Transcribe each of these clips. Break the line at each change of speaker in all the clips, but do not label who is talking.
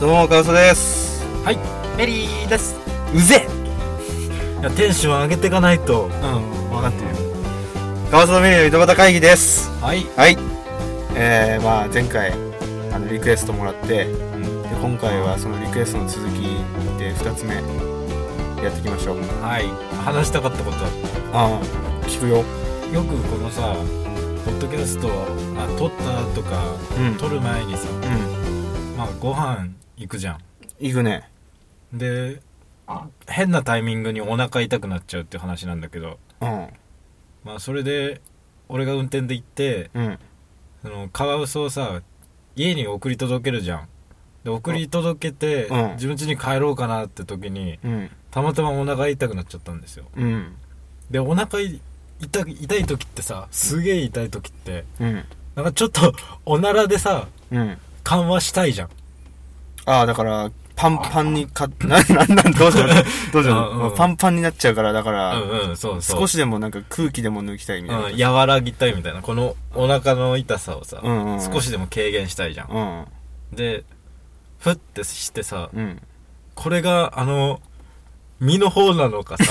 どうもカウソです
はい
メリーですうぜ
いやテンション上げていかないと
うん
分かってるよ
カウソとメリーの井戸端会議です
はい
はいえー、まあ前回あのリクエストもらってで今回はそのリクエストの続きで2つ目やっていきましょう
はい話したかったこと
ああ聞くよ
よくこのさポッドキャストあ撮ったとか
うん
撮る前にさ
うん
まあご飯行くじゃ
行くね
んで変なタイミングにお腹痛くなっちゃうって話なんだけど
うん
まあそれで俺が運転で行って
うん
そのカワウソをさ家に送り届けるじゃんで送り届けて、
うん
自分家に帰ろうかなって時に
うん
たまたまお腹痛くなっちゃったんですよ
うん
でお腹い痛く痛い時ってさすげえ痛い時って
うん
なんかちょっとおならでさ
うん
緩和したいじゃん
ああだからパンパンにか ななんなんどう したのどうしたの
うんうん
まあパンパンになっちゃうからだか
う
ら、
んうんそうそう
少しでもなんか空気でも抜きたいみたいな、
うん、和らぎたいみたいなこのお腹の痛さをさ、
うんうんうん
少しでも軽減したいじゃん、
うん
でふってしてさ
うん
これがあの身の方なのかさ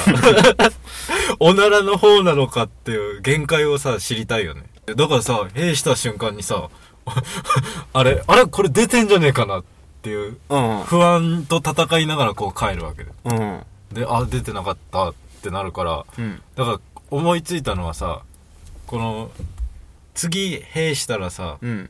おならの方なのかっていう限界をさ知りたいよねだからさ閉した瞬間にさ あれあれこれ出てんじゃねえかなっていう
うん
不安と戦いながらこう帰るわけで
うん
であ出てなかったってなるから
うん
だから思いついたのはさこの次閉したらさ
うん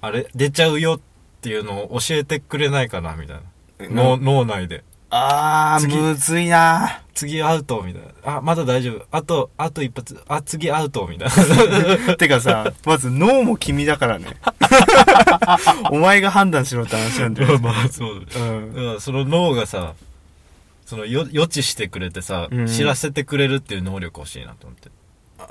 あれ出ちゃうよっていうのを教えてくれないかなみたいな
え
脳脳内で
あー
次
むずいな
次アウトみたいなあまだ大丈夫あとあと一発あ次アウトみたい
てかさまず脳も君だから ねお前が判断しろって話なんだ
な
よ
まあそうだ
う
だ
ん
からその脳がさそのよ予知してくれてさ、
うん
知らせてくれるっていう能力欲しいなと思って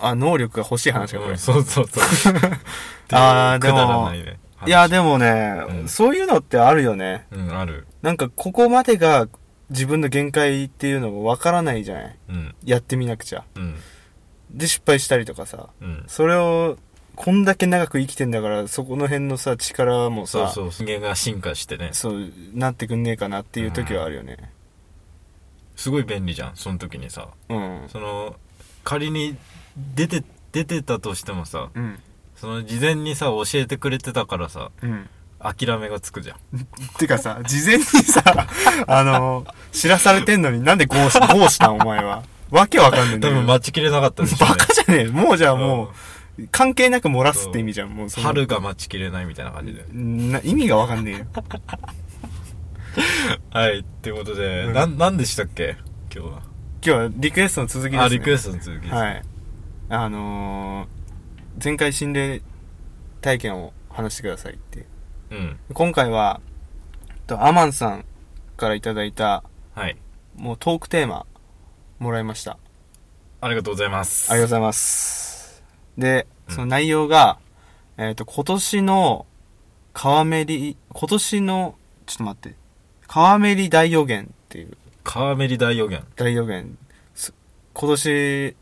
あ能力が欲しい話かこ
う
れ
んそうそうそう
あー
っていうくだらないね
いや
話
でもね、
うん
そういうのってあるよね
うんある
なんかここまでが自分の限界っていうのがわからないじゃない
うん
やってみなくちゃ
うん
で失敗したりとかさ
うん
それをこんだけ長く生きてんだからそこの辺のさ力も
そう
さ
そう人間が進化してね
そうなってくんねえかなっていう時はあるよね
すごい便利じゃんその時にさ
うん
その仮に出て出てたとしてもさ
うん
その事前にさ教えてくれてたからさ
うん
諦めがつくじゃん
てかさ事前にさ あの知らされてんのになんでゴーしゴーしたんお前はわけわかんねえんだ
多
けど
分待ちきれなかったでしょうね
バカじゃねえもうじゃあも
う
う関係なく漏らすって意味じゃんもうんその
春が待ちきれないみたいな感じで
な意味がわかんねえよ
はいっていうことで、
うん
ん、なん何でしたっけ今日は
今日はリクエストの続きですね
あリクエストの続きです、
はいあのー、前回心霊体験を話してくださいって
うん
今回はとアマンさんからいただいた
はい
もうトークテーマもらいました
ありがとうございます
ありがとうございますで
うん
その内容が、えっ、と今年の川メリ今年のちょっと待って川メリ大予言っていう
川メリ大予言
大予言す今年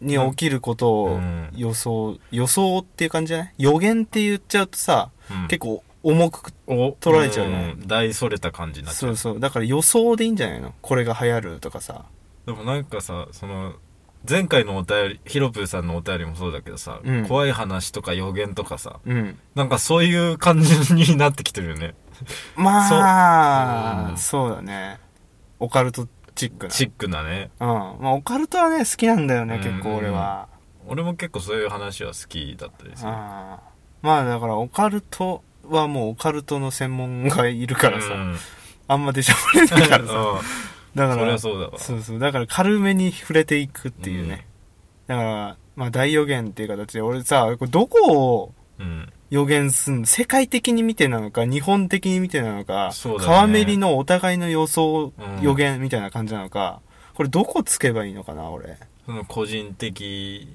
に起きること
う
を
ん
予想、予想っていう感じじゃない予言って言っちゃうとさ、結構重く
構
捉えちゃうね
大それた感じになっちゃ
そううそうだから予想でいいんじゃないのこれが流行るとかさ
でもなんかさその前回のお便りヒロプーさんのお便りもそうだけどさ、
うん
怖い話とか予言とかさ
うん
なんかそういう感じになってきてるよね
まあ
そ
そうだねオカルトチックな
チックなね
うんまあオカルトはね好きなんだよね
うん
結構俺は
俺も結構そういう話は好きだったり
うん
する
まあだからオカルトはもうオカルトの専門がいるからさ、
うん
あんま出しゃばれないからさ
うん
だか
そり
ら
ゃそうだわ
そうそう。だから軽めに触れていくっていうね。だから、まあ大予言っていう形で、俺さ、これどこを
うん
予言すんの世界的に見てなのか、日本的に見てなのか、
そうだね
川メリのお互いの予想、
うん
予言みたいな感じなのか、これどこつけばいいのかな、俺。
その個人的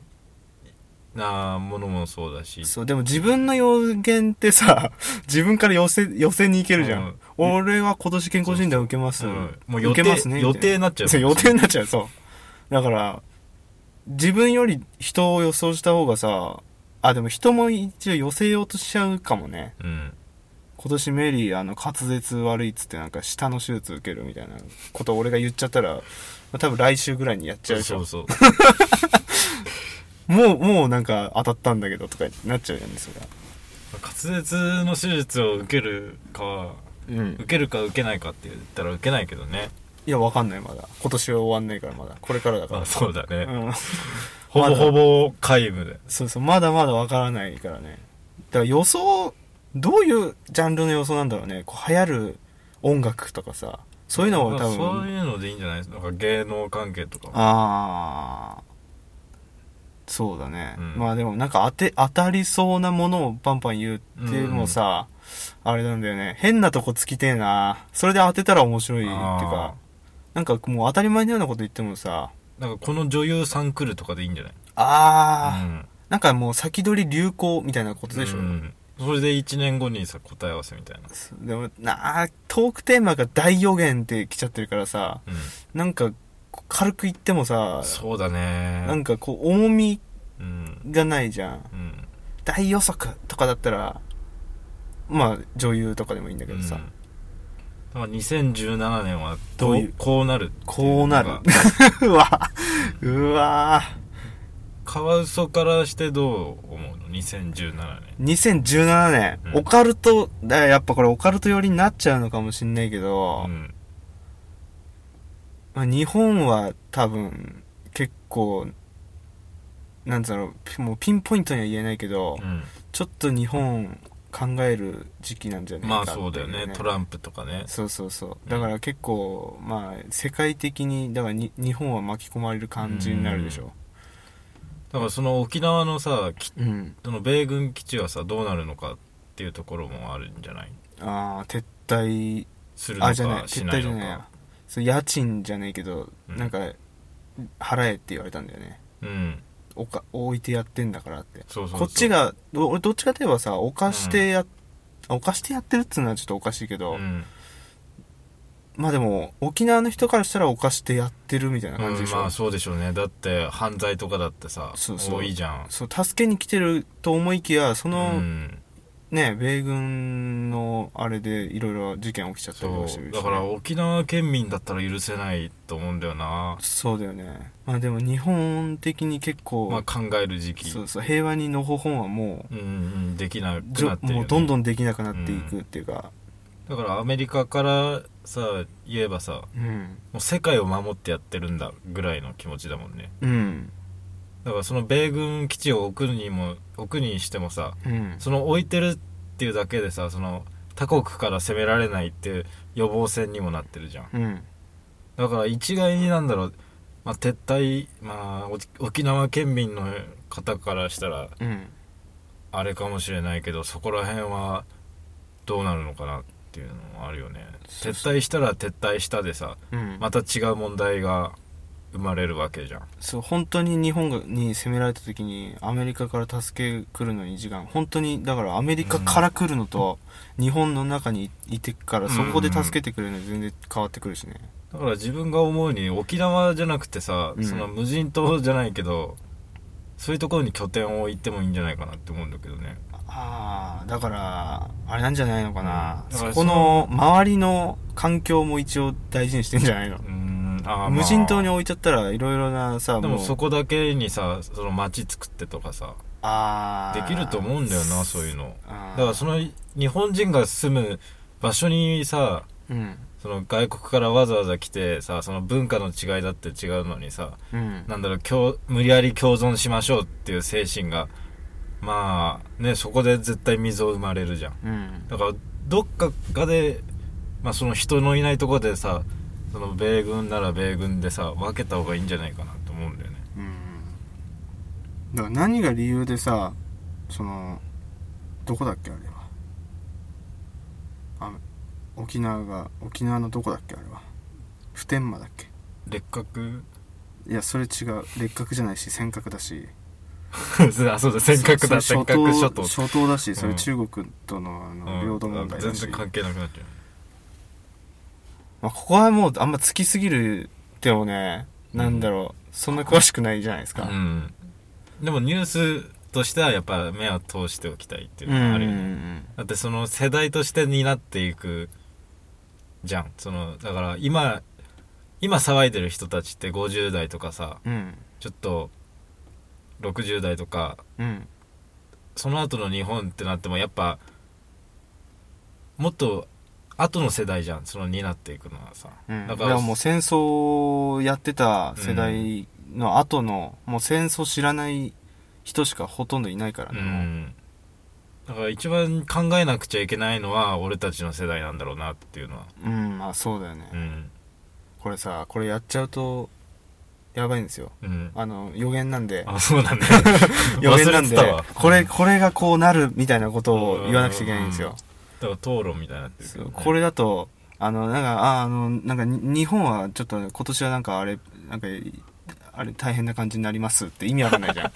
なものもそうだし
そう、でも自分の予言ってさ、 自分から寄せ、寄せに行けるじゃん。
うん
俺は今年健康診断受けます。
うんもう予
受
定
けますねみたい
予定になっちゃう
そう予定になっちゃうそうだから自分より人を予想した方がさあでも人も一応寄せようとしちゃうかもね
うん
今年メリーあの滑舌悪いっつってなんか舌の手術受けるみたいなことを俺が言っちゃったら、まあ多分来週ぐらいにやっちゃうでしょ
そうそう。
もうもうなんか当たったんだけどとかなっちゃうじゃないですか
滑舌の手術を受けるか、
うん
受けるか受けないかって言ったら受けないけどね。
いやわかんないまだ今年は終わんないからまだこれからだか
ま
ら
あそうだね。
うん
ほぼほぼ皆無で。
そうそう、まだまだわからないからね。だから予想、どういうジャンルの予想なんだろうね。こう流行る音楽とかさ、そういうのを多分、
まあそういうのでいいんじゃないですか。なんか芸能関係とか。
ああ、そうだね。
うん
まあでもなんか当て、当たりそうなものをパンパン言ってもさ、あれなんだよね。変なとこつきてえな。それで当てたら面白いっていうか
あ、
なんかもう当たり前のようなこと言ってもさ、
なんかこの女優さん来るとかでいいんじゃない
ああ、
うん
なんかもう先取り流行みたいなことでしょ。
うんそれで1年後にさ、答え合わせみたいな。
でもなあトークテーマが大予言って来ちゃってるからさ
う
なんか軽く言ってもさ
ん。そうだね。
なんかこう重み
うん。
がないじゃん
うん。
大予測とかだったらまあ女優とかでもいいんだけどさ、
うんだから2017年は
ど
ど
う
う
いう
こうなるってい
こうなる
のが
うわうわ
カワウソからしてどう思うの2017年
2017年、
うん
オカルトだからやっぱこれオカルト寄りになっちゃうのかもしんないけ
う
ど、
ん
まあ、日本は多分結構なんつうのもうピンポイントには言えないけど、
うん
ちょっと日本考える時期なんじゃないか
まあ
ってい
そうだよねトランプとかね
そうそうそうだから結構まあ世界的にだからに日本は巻き込まれる感じになるでしょ
だからその沖縄のさき
うん、
その米軍基地はさどうなるのかっていうところもあるんじゃない
ああ撤退
するの
あじゃない
かし
撤
な
退
い
じゃ
の
ないや
か
そう家賃じゃないけど、
うん
なんか払えって言われたんだよね
うん
おか置いてやってんだからって
そうそうそう
こっちがど俺どっちかといえばさ犯してや、犯してやってるっつうのはちょっとおかしいけど、
うん
まあでも沖縄の人からしたら犯してやってるみたいな感じ
う
で
ん
しょ、
まあそうでしょうねだって犯罪とかだってさ
そうそう
多いじゃん
そう助けに来てると思いきやそうの、
ん
ね米軍のあれでいろいろ事件起きちゃったりと
そ
かして
う
るしね
だから沖縄県民だったら許せないと思うんだよな
そうだよねまあでも日本的に結構、
まあ考える時期
そうそう平和にのほほんはも
うんうんできな
う
くなってるよね
もうどんどんできなくなっていくっていうか
だからアメリカからさ言えばさ
うん
もう世界を守ってやってるんだぐらいの気持ちだもんね
うん
だからその米軍基地を置くにも置くにしてもさ
うん
その置いてるっていうだけでさその他国から攻められないっていう予防線にもなってるじゃん
うん
だから一概になんだろう、まあ、撤退、まあ、沖沖縄県民の方からしたら
うん
あれかもしれないけどそこら辺はどうなるのかなっていうのもあるよね
そ
撤
うそ
退したら撤退したでさ
うん
また違う問題が生まれるわけじゃん
そう本当に日本がに攻められた時にアメリカから助け来るのに時間本当にだからアメリカから来るのと日本の中にいてからそこで助けてくれるの全然変わってくるしね
だから自分が思うに沖縄じゃなくてさ、
うん
その無人島じゃないけどそういうところに拠点を置いてもいいんじゃないかなって思うんだけどね
ああだからあれなんじゃないのかな、
うんだ
そ
から
この周りの環境も一応大事にしてんじゃないの
うーんあー、まあ
無人島に置いちゃったらいろいろなさ
でもそ
こ
こだけにさその町作ってとかさ
あ
で
あ
きると思うんだよなそういうの
だ
だからその日本人が住む場所にさ
うん
その外国からわざわざ来てさその文化の違いだって違うのにさ
うん
なんだろう共無理やり共存しましょうっていう精神がまあねそこで絶対溝生まれるじゃん
うん
だからどっかがで、まあ、その人のいないとこでさその米軍なら米軍でさ分けた方がいいんじゃないかなと思うんだよね
だから何が理由でさそのどこだっけあれはあ沖縄が沖縄のどこだっけあれは普天間だっけ
劣格
いやそれ違う劣格じゃないし尖閣だし
あそうだ尖閣だ
そ
尖
れ
閣諸島
諸島だしそれ
うん
中国とのあの
うん
領土問題
全
だし、
然関係なくなっちゃう
まあ、ここはもうあんまつきすぎるでもねなんだろうそんな詳しくないじゃないですか、
うん、でもニュースとしてはやっぱ目は通しておきたいっていう
う
の
ん
があ
う
るよね、
ん
だってその世代として担っていくじゃんそのだから今今騒いでる人たちって50代とかさ
うん
ちょっと60代とか
うん
その後の日本ってなってもやっぱもっと後の世代じゃんその担っていくのはさ、
うん
だ
だ
か
かららもう戦争やってた世代の後の、もう戦争知らない人しかほとんどいないから
う
ね、
んだから一番考えなくちゃいけないのは俺たちの世代なんだろうなっていうのは
もううんまあそうだよね、
うん
これさこれやっちゃうとやばいんですよ
うん
あの予言なんで
あそ うなんだ
予言な
忘れ
ん
て
で
たわ
これこれがこうなるみたいなことを言わなくちゃいけないんですよ
だから討論みたいになってるけ
そ
どね
うこれだとあのなんかああのなんかに日本はちょっと今年はなんかあれなんかあれ大変な感じになりますって意味わかんないじゃん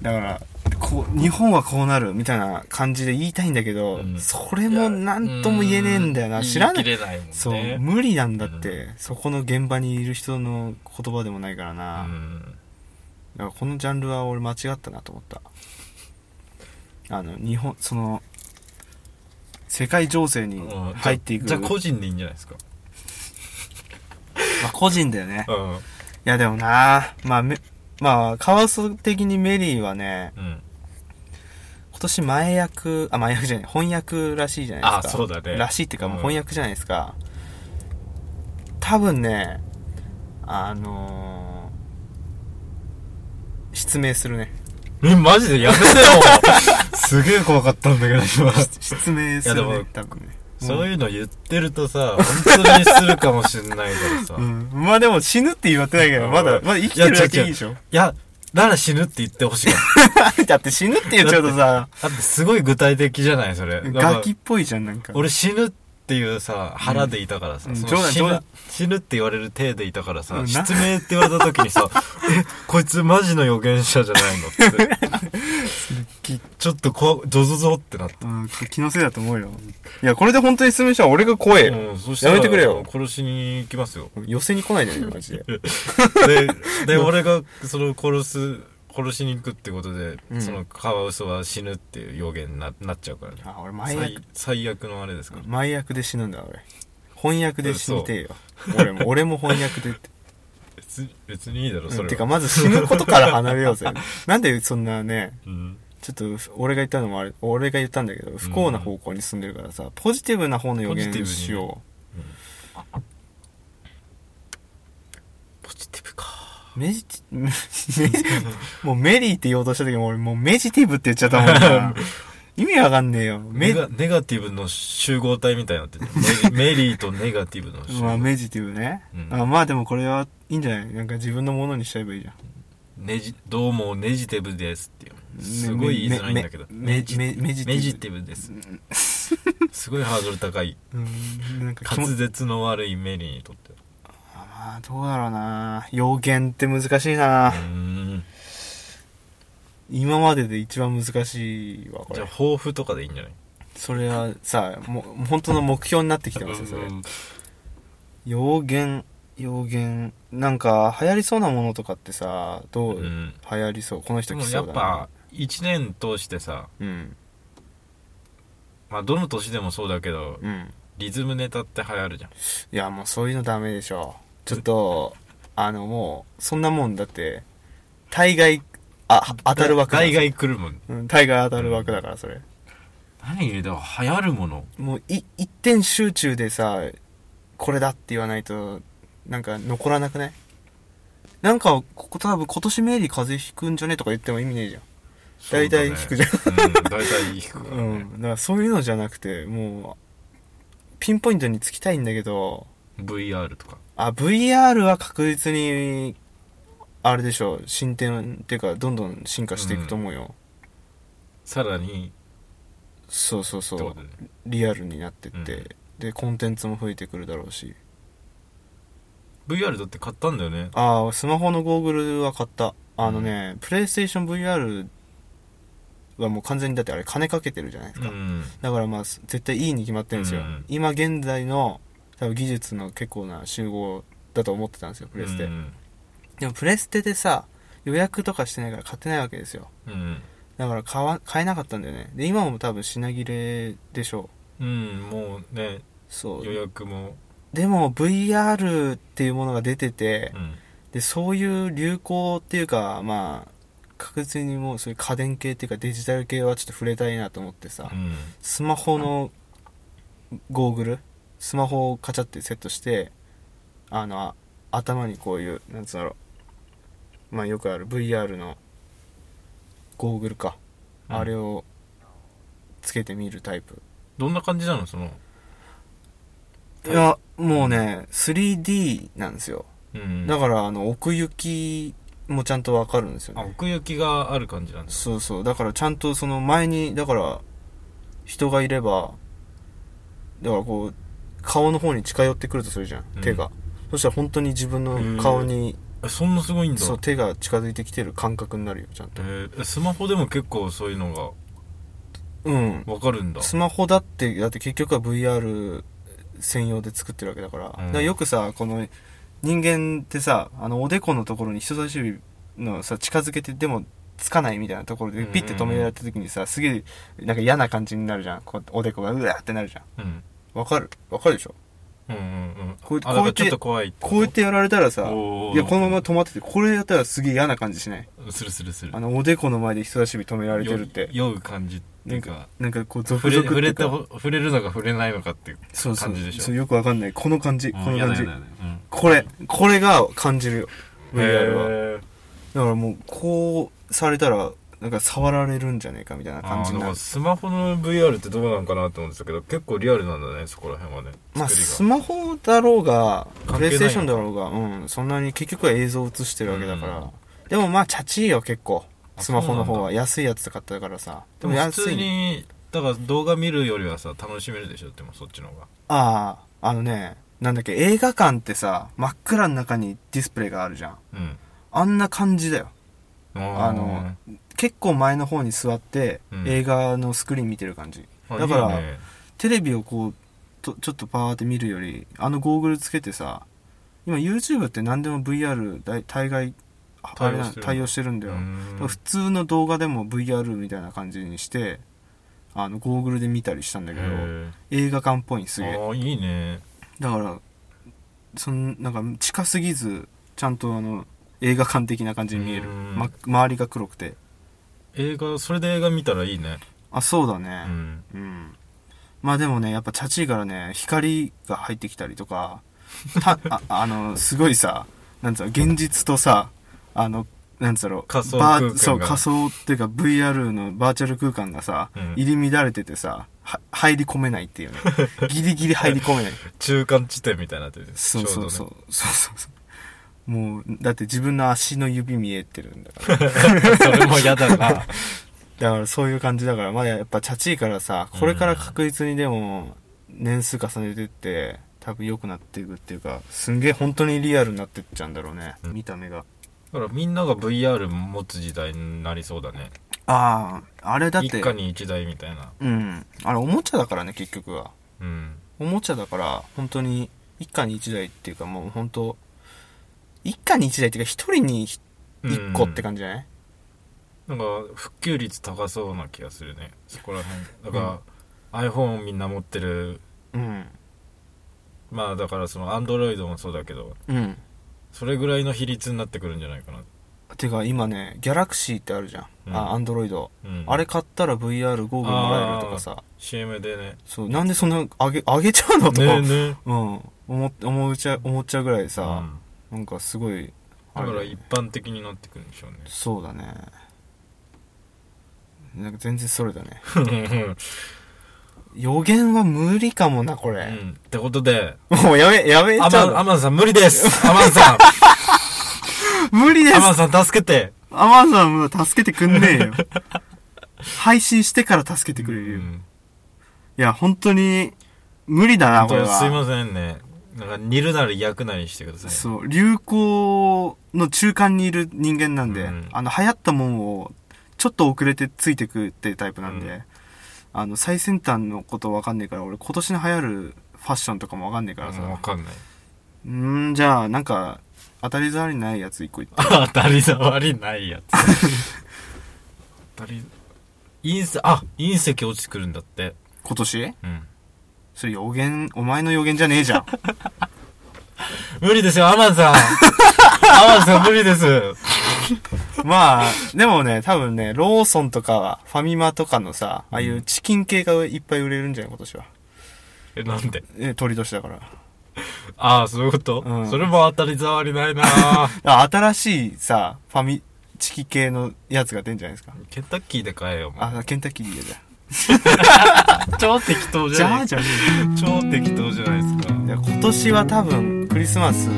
だからこう日本はこうなるみたいな感じで言いたいんだけど、
うん
それも何とも言えねえんだよな知らない
言い切れないもんね
そう
う
無理なんだって、
う
そこの現場にいる人の言葉でもないからな、
ん
だからこのジャンルは俺間違ったなと思ったあの日本その世界情勢に
うん
入っていく、
じゃあ個人でいいんじゃないですか
まあ個人だよね
うん
いやでもなまあめまあカワウソ的にメリーはね
うん
今年前役あ前役じゃない翻訳らしいじゃないですか
あそうだね
らしいっていうかもう
うん
翻訳じゃないですか、多分ねあのー失明するね
えマジでやめ てよすげえ怖かったんだけど今
失明する
いやでも
ね多分ね
そういうの言ってるとさ、本当にするかもしんないからさ。
う
い
ん。まあでも死ぬって言われてないけど、まだ、まだ生きてるだけいいでしょ。
や、なら死ぬって言ってほしいか
だって死ぬって言っちゃうとさ、
ら。だってすごい具体的じゃないそれ。だから
ガキっぽいじゃん、なんか。
俺死ぬっていうさ、腹でいたからさ、
うん
その
冗談
死
冗
ぬ
談
死ぬって言われる体でいたからさ、
うんな
失明って言われた時 にさ、え、こいつマジの予言者じゃないのって。
き
ちょっとこわ、ゾゾゾってなった。
うん、気のせいだと思うよ。いや、これで本当に失明したら俺が怖えよ。
うん、そしたら
やめてくれよ
殺しに行きますよ。
寄せに来ないでよ、マジで。
で、で、俺が、その、殺す、殺しに行くってことで、
うん
その、カワウソは死ぬっていう予言にななっちゃうからね。
あ、俺前
最
役、
最悪のあれですから。
前役で死ぬんだ、俺。翻訳で死にてえよ。俺も、俺も翻訳でって。
別に別にいいだろ、それ
う
は。
んてか、まず死ぬことから離れよう ぜ。なんでそんなね、
うん。
ちょっと、俺が言ったのもあれ、俺が言ったんだけど、不幸な方向に進んでるからさ、ポジティブな方の予
ポジティブ
言
にね
しよう。
ポジティブか。
メジティ、メジ、もうメリーって言おうとした時も俺もうメジティブって言っちゃったもんな。意味わかんねえよ。メ
ネ、ガネガティブの集合体みたいになって るメリメリーとネガティブの集
まあ
合体。
メジティブね。
うん
あまあでもこれはいいんじゃないなんか自分のものにしちゃえばいいじゃん。
ネジどうもネジティブですっていう。すごい言いづらいんだけど。
メ
ネ
ジ
ジ
メメジテ
ネジ
ィ
ティブです。すごいハードル高い。
ブ。うん、なんか気
滑
も
舌の悪いメリーにとっては。
まあどうだろうな。要件って難しいな
う。ーん。
今までで一番難しいわ、こ
じゃあ
れ。
抱負とかでいいんじゃない
それはさ、もう本当の目標になってきてますよ、それ。要言要言なんか流行りそうなものとかってさどう、
う
流
ん、
行りそうこの
で
人
も
来
や
そ
っ
うだな
ぱ1年通してさ、
うん
まあ、どの年でもそうだけど
うん
リズムネタって流行るじゃん
いやもうそういうのダメでしょちょっとあのもうそんなもんだって大概あ当たる枠だ
大概来るもん
うん大概当たる枠だからそれ
何言うだ流行るもの
もうい一点集中でさこれだって言わないとなんか残らなくないなんかここ多分今年メイリー風邪ひくんじゃねとか言っても意味ねえじゃん大体引くじゃん
そうだねうん大体引くか
う
らね
ん、だからそういうのじゃなくてもうピンポイントにつきたいんだけど
VR とか
あ VR は確実にあれでしょう進展っていうかどんどん進化していくと思うよ、
さらに
そうそうそ
ってこ
う
とでね
リアルになってって、
うん
でコンテンツも増えてくるだろうし
VR だって買ったんだよね
ああスマホのゴーグルは買ったあのね、プレイステーション VR はもう完全にだってあれ金かけてるじゃないです
う
か、
ん
だからまあす絶対いいに決まってるんですよ、
うん
今現在の多分技術の結構な集合だと思ってたんですよプレステ、
うん
でもプレステでさ予約とかしてないから買ってないわけですよ
うん
だから買わ買えなかったんだよねで今も多分品切れでしょ
うんもうね
うそう
予約も
でも VR っていうものが出てて、
うん
でそういう流行っていうかまあ確実にもうそういう家電系っていうかデジタル系はちょっと触れたいなと思ってさ、
うん
スマホのゴーグルスマホをカチャってセットしてあのあ頭にこういうなんつうんだろうまあよくある VR のゴーグルか、
うん
あれをつけてみるタイプ
どんな感じなのその
いやもうね 3D なんですよ
うん
だからあの奥行きもちゃんとわかるんですよ
あ
ね
奥行きがある感じなんです
そうそうだからちゃんとその前にだから人がいればだからこう顔の方に近寄ってくるとするじゃん、
うん
手がそしたら本当に自分の顔に、
えそんなすごいんだ
そう手が近づいてきてる感覚になるよちゃん
え
と
ースマホでも結構そういうの
うん
がわかるんだ
スマホだってだって結局は VR 専用で作ってるわけだから,、
うん
だからよくさこの人間ってさあのおでこのところに人差し指のさ近づけてでもつかないみたいなところでピッて止められた時にさ、すげえなんか嫌な感じになるじゃんこうおでこがうわーってなるじゃん
うん
わかるわかるでしょ
うんうんうん
こうやって
あだ
こう
か
や
ら
って
ちょっと怖いって
こうやってやられたらさ
おー
いやこのまま止まっててこれやったらすげえ嫌な感じしない
するするする
あのおでこの前で人差し指止められてるって
酔う感じっていうか
なんかこうゾ
触
クゾクってい
れ触れ
うか
たほ触れるのか触れないのかっていう
そうそう
感じでしょ
そうよくわかんないこの感じこ
うん
の
や
感
だ
じ
やだやだうん
これこれが感じるよ VR は
へー
だからもうこうされたらなんか触られるんじゃねえかみたいな
あ
感じ
ー
に
だか
なる
らスマホの VR ってどうなんかなと思ってたけど結構リアルなんだねそこら辺はね
まあス
作り
マホだろうがプ
関係
レ
ない
イステーションだろうがうんそんなに結局は映像を映してるわけだから、
うん
でもまあチャチいよ結構
あ
スマホの方
そうな
は安いやつとか買ったからさ
がでも普
安
通
い
にだから動画見るよりはさ楽しめるでしょでもそっちの方が
あああのねなんだっけ映画館ってさ真っ暗の中にディスプレイがあるじゃん
うん
あんな感じだよ
ー
あの結構前の方に座って、
うん
映画のスクリーン見てる感じ
あ
だから
いいね
テレビをこうとちょっとパーって見るよりあのゴーグルつけてさ今 YouTube って何でも VR 大大概あ
対
あ
応してる
れな対応してるんだよ、
う
だ
ん
から普通の動画でも VR みたいな感じにしてあのゴーグルで見たりしたんだけど
へ
映画館っぽいんすげ
ー
え
ああいいね
だからそのなんか近すぎずちゃんとあの映画館的な感じに見える、
うん
ま、周りが黒くて
映画それで映画見たらいいね
あそうだね、
うん
うん。まあでもね、やっぱチャチいからね、光が入ってきたりとか、た、あ あの、すごいさ、なんつうの、現実とさ、あの、なんつうの、
仮想空間が
バーそう、仮想っていうか VR のバーチャル空間がさ、
うん
入り乱れててさ、は入り込めない っていうね。ギリギリ入り込めない。
中間地点みたいになってる
そうそう
ち
そ
ょ
う
う。
そうそうそう。もう、だって自分の足の指見えてるんだから。
どね それも嫌だな
だからそういう感じだからまだやっぱチャチいからさこれから確実にでも年数重ねてって多分良くなっていくっていうかすんげえ本当にリアルになってっちゃうんだろうね、
うん
見た目が
だからみんなが VR 持つ時代になりそうだね
あああれだっ
一
て
家に一台みたいな
うんあれおもちゃだからね結局は
うん
おもちゃだから本当に一家に一台っていうかもう本当一家に一台っていうか一人に一個って感じじゃない、
なんか普及率高そうな気がするねそこら辺だから、iPhone みんな持ってる
うん
まあだからその Android もそうだけど
うん
それぐらいの比率になってくるんじゃないかな
てか今ねギャラクシーってあるじゃん、
うん
あアンドロイド
うん
あれ買ったら VR ゴーグルもらえるとかさ
CM でね
そう、なんでそんな、あげ、あげちゃうのと
ね
か、
えね
うん。思っ、思うちゃ、思っちゃうぐらい
え
さ、なんかすごい、
うん、だ
あ
から
れ
一般的になってくるんでしょ
そうだね。なんか全然それだね。
うね
予言は無理かもな、こ
う
れ。
んってことで
もうやめ、やめち
ア
ゃう
マンア
の。
マンさん無 理ですアマンさん
無理です
アマンさん助けて
アマゾンは助けてくんねえよ。 配信してから助けてくれるよ。い
ん
や、本当に、無理だな、
本
これ
当すい
は。
ませんねなんか煮るなり焼くなりしてください
そう、流行の中間にいる人間なんで、
うん
あの、流行ったもんを、ちょっと遅れてついてくっていうタイプなんで、
うん
あの、最先端のことわかんねえから、俺今年の流行るファッションとかもわかんねえからさ、
うんわかんない
うん、んじゃあ、なんか、当たり障りないやつ一個言って
当たり障りないやつ。当たり、隕石、あ、隕石落ちてくるんだって。
今年
うん。
それ予言お前の予言じゃねえ じゃん
無理ですよ、アマ ンさん。アマンさん無理です。
まあでもね多分ねローソンとかはファミマとかのさああいうチキン系がいっぱい売れるんじゃない今年は
え、なんで
え鳥年だから
ああ、そういうこと、
うん
それも当たり障りないなぁ
あ新しいさファミチキ系のやつが出るんじゃないですか
ケンタッキーで買えよ、もう
あケンタッキーでいいやじゃ
超適当
あじゃあ
い
じゃあ
超適当じゃないですか。
いや今年は多分クリスマス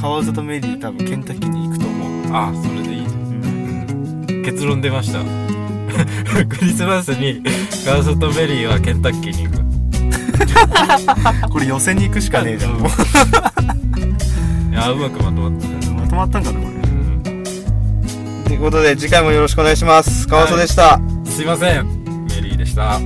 川里メリー多分ケンタッキーに行くと思う、
ああ、それでいいです。うん結論出ました。 クリスマスに、ガーソとベリーはケンタッキーに行く。
これ予選に行くしかねえじゃんもう
いや、うまくまとまったね。
まとまったんかなこれ
うん
ということで次回もよろしくお願いします川里でした、
すいませんメリーでした